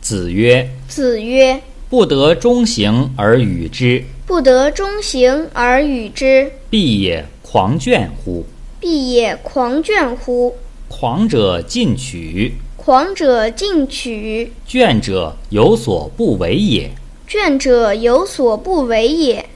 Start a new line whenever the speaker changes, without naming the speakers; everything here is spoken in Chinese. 子曰
子曰：“
不得中行而与之，：“
不得中行而与之，
必也狂倦乎？
必也狂倦乎？
狂者进取，
狂者进取，
倦者有所不为也。”
倦者有所不为也。”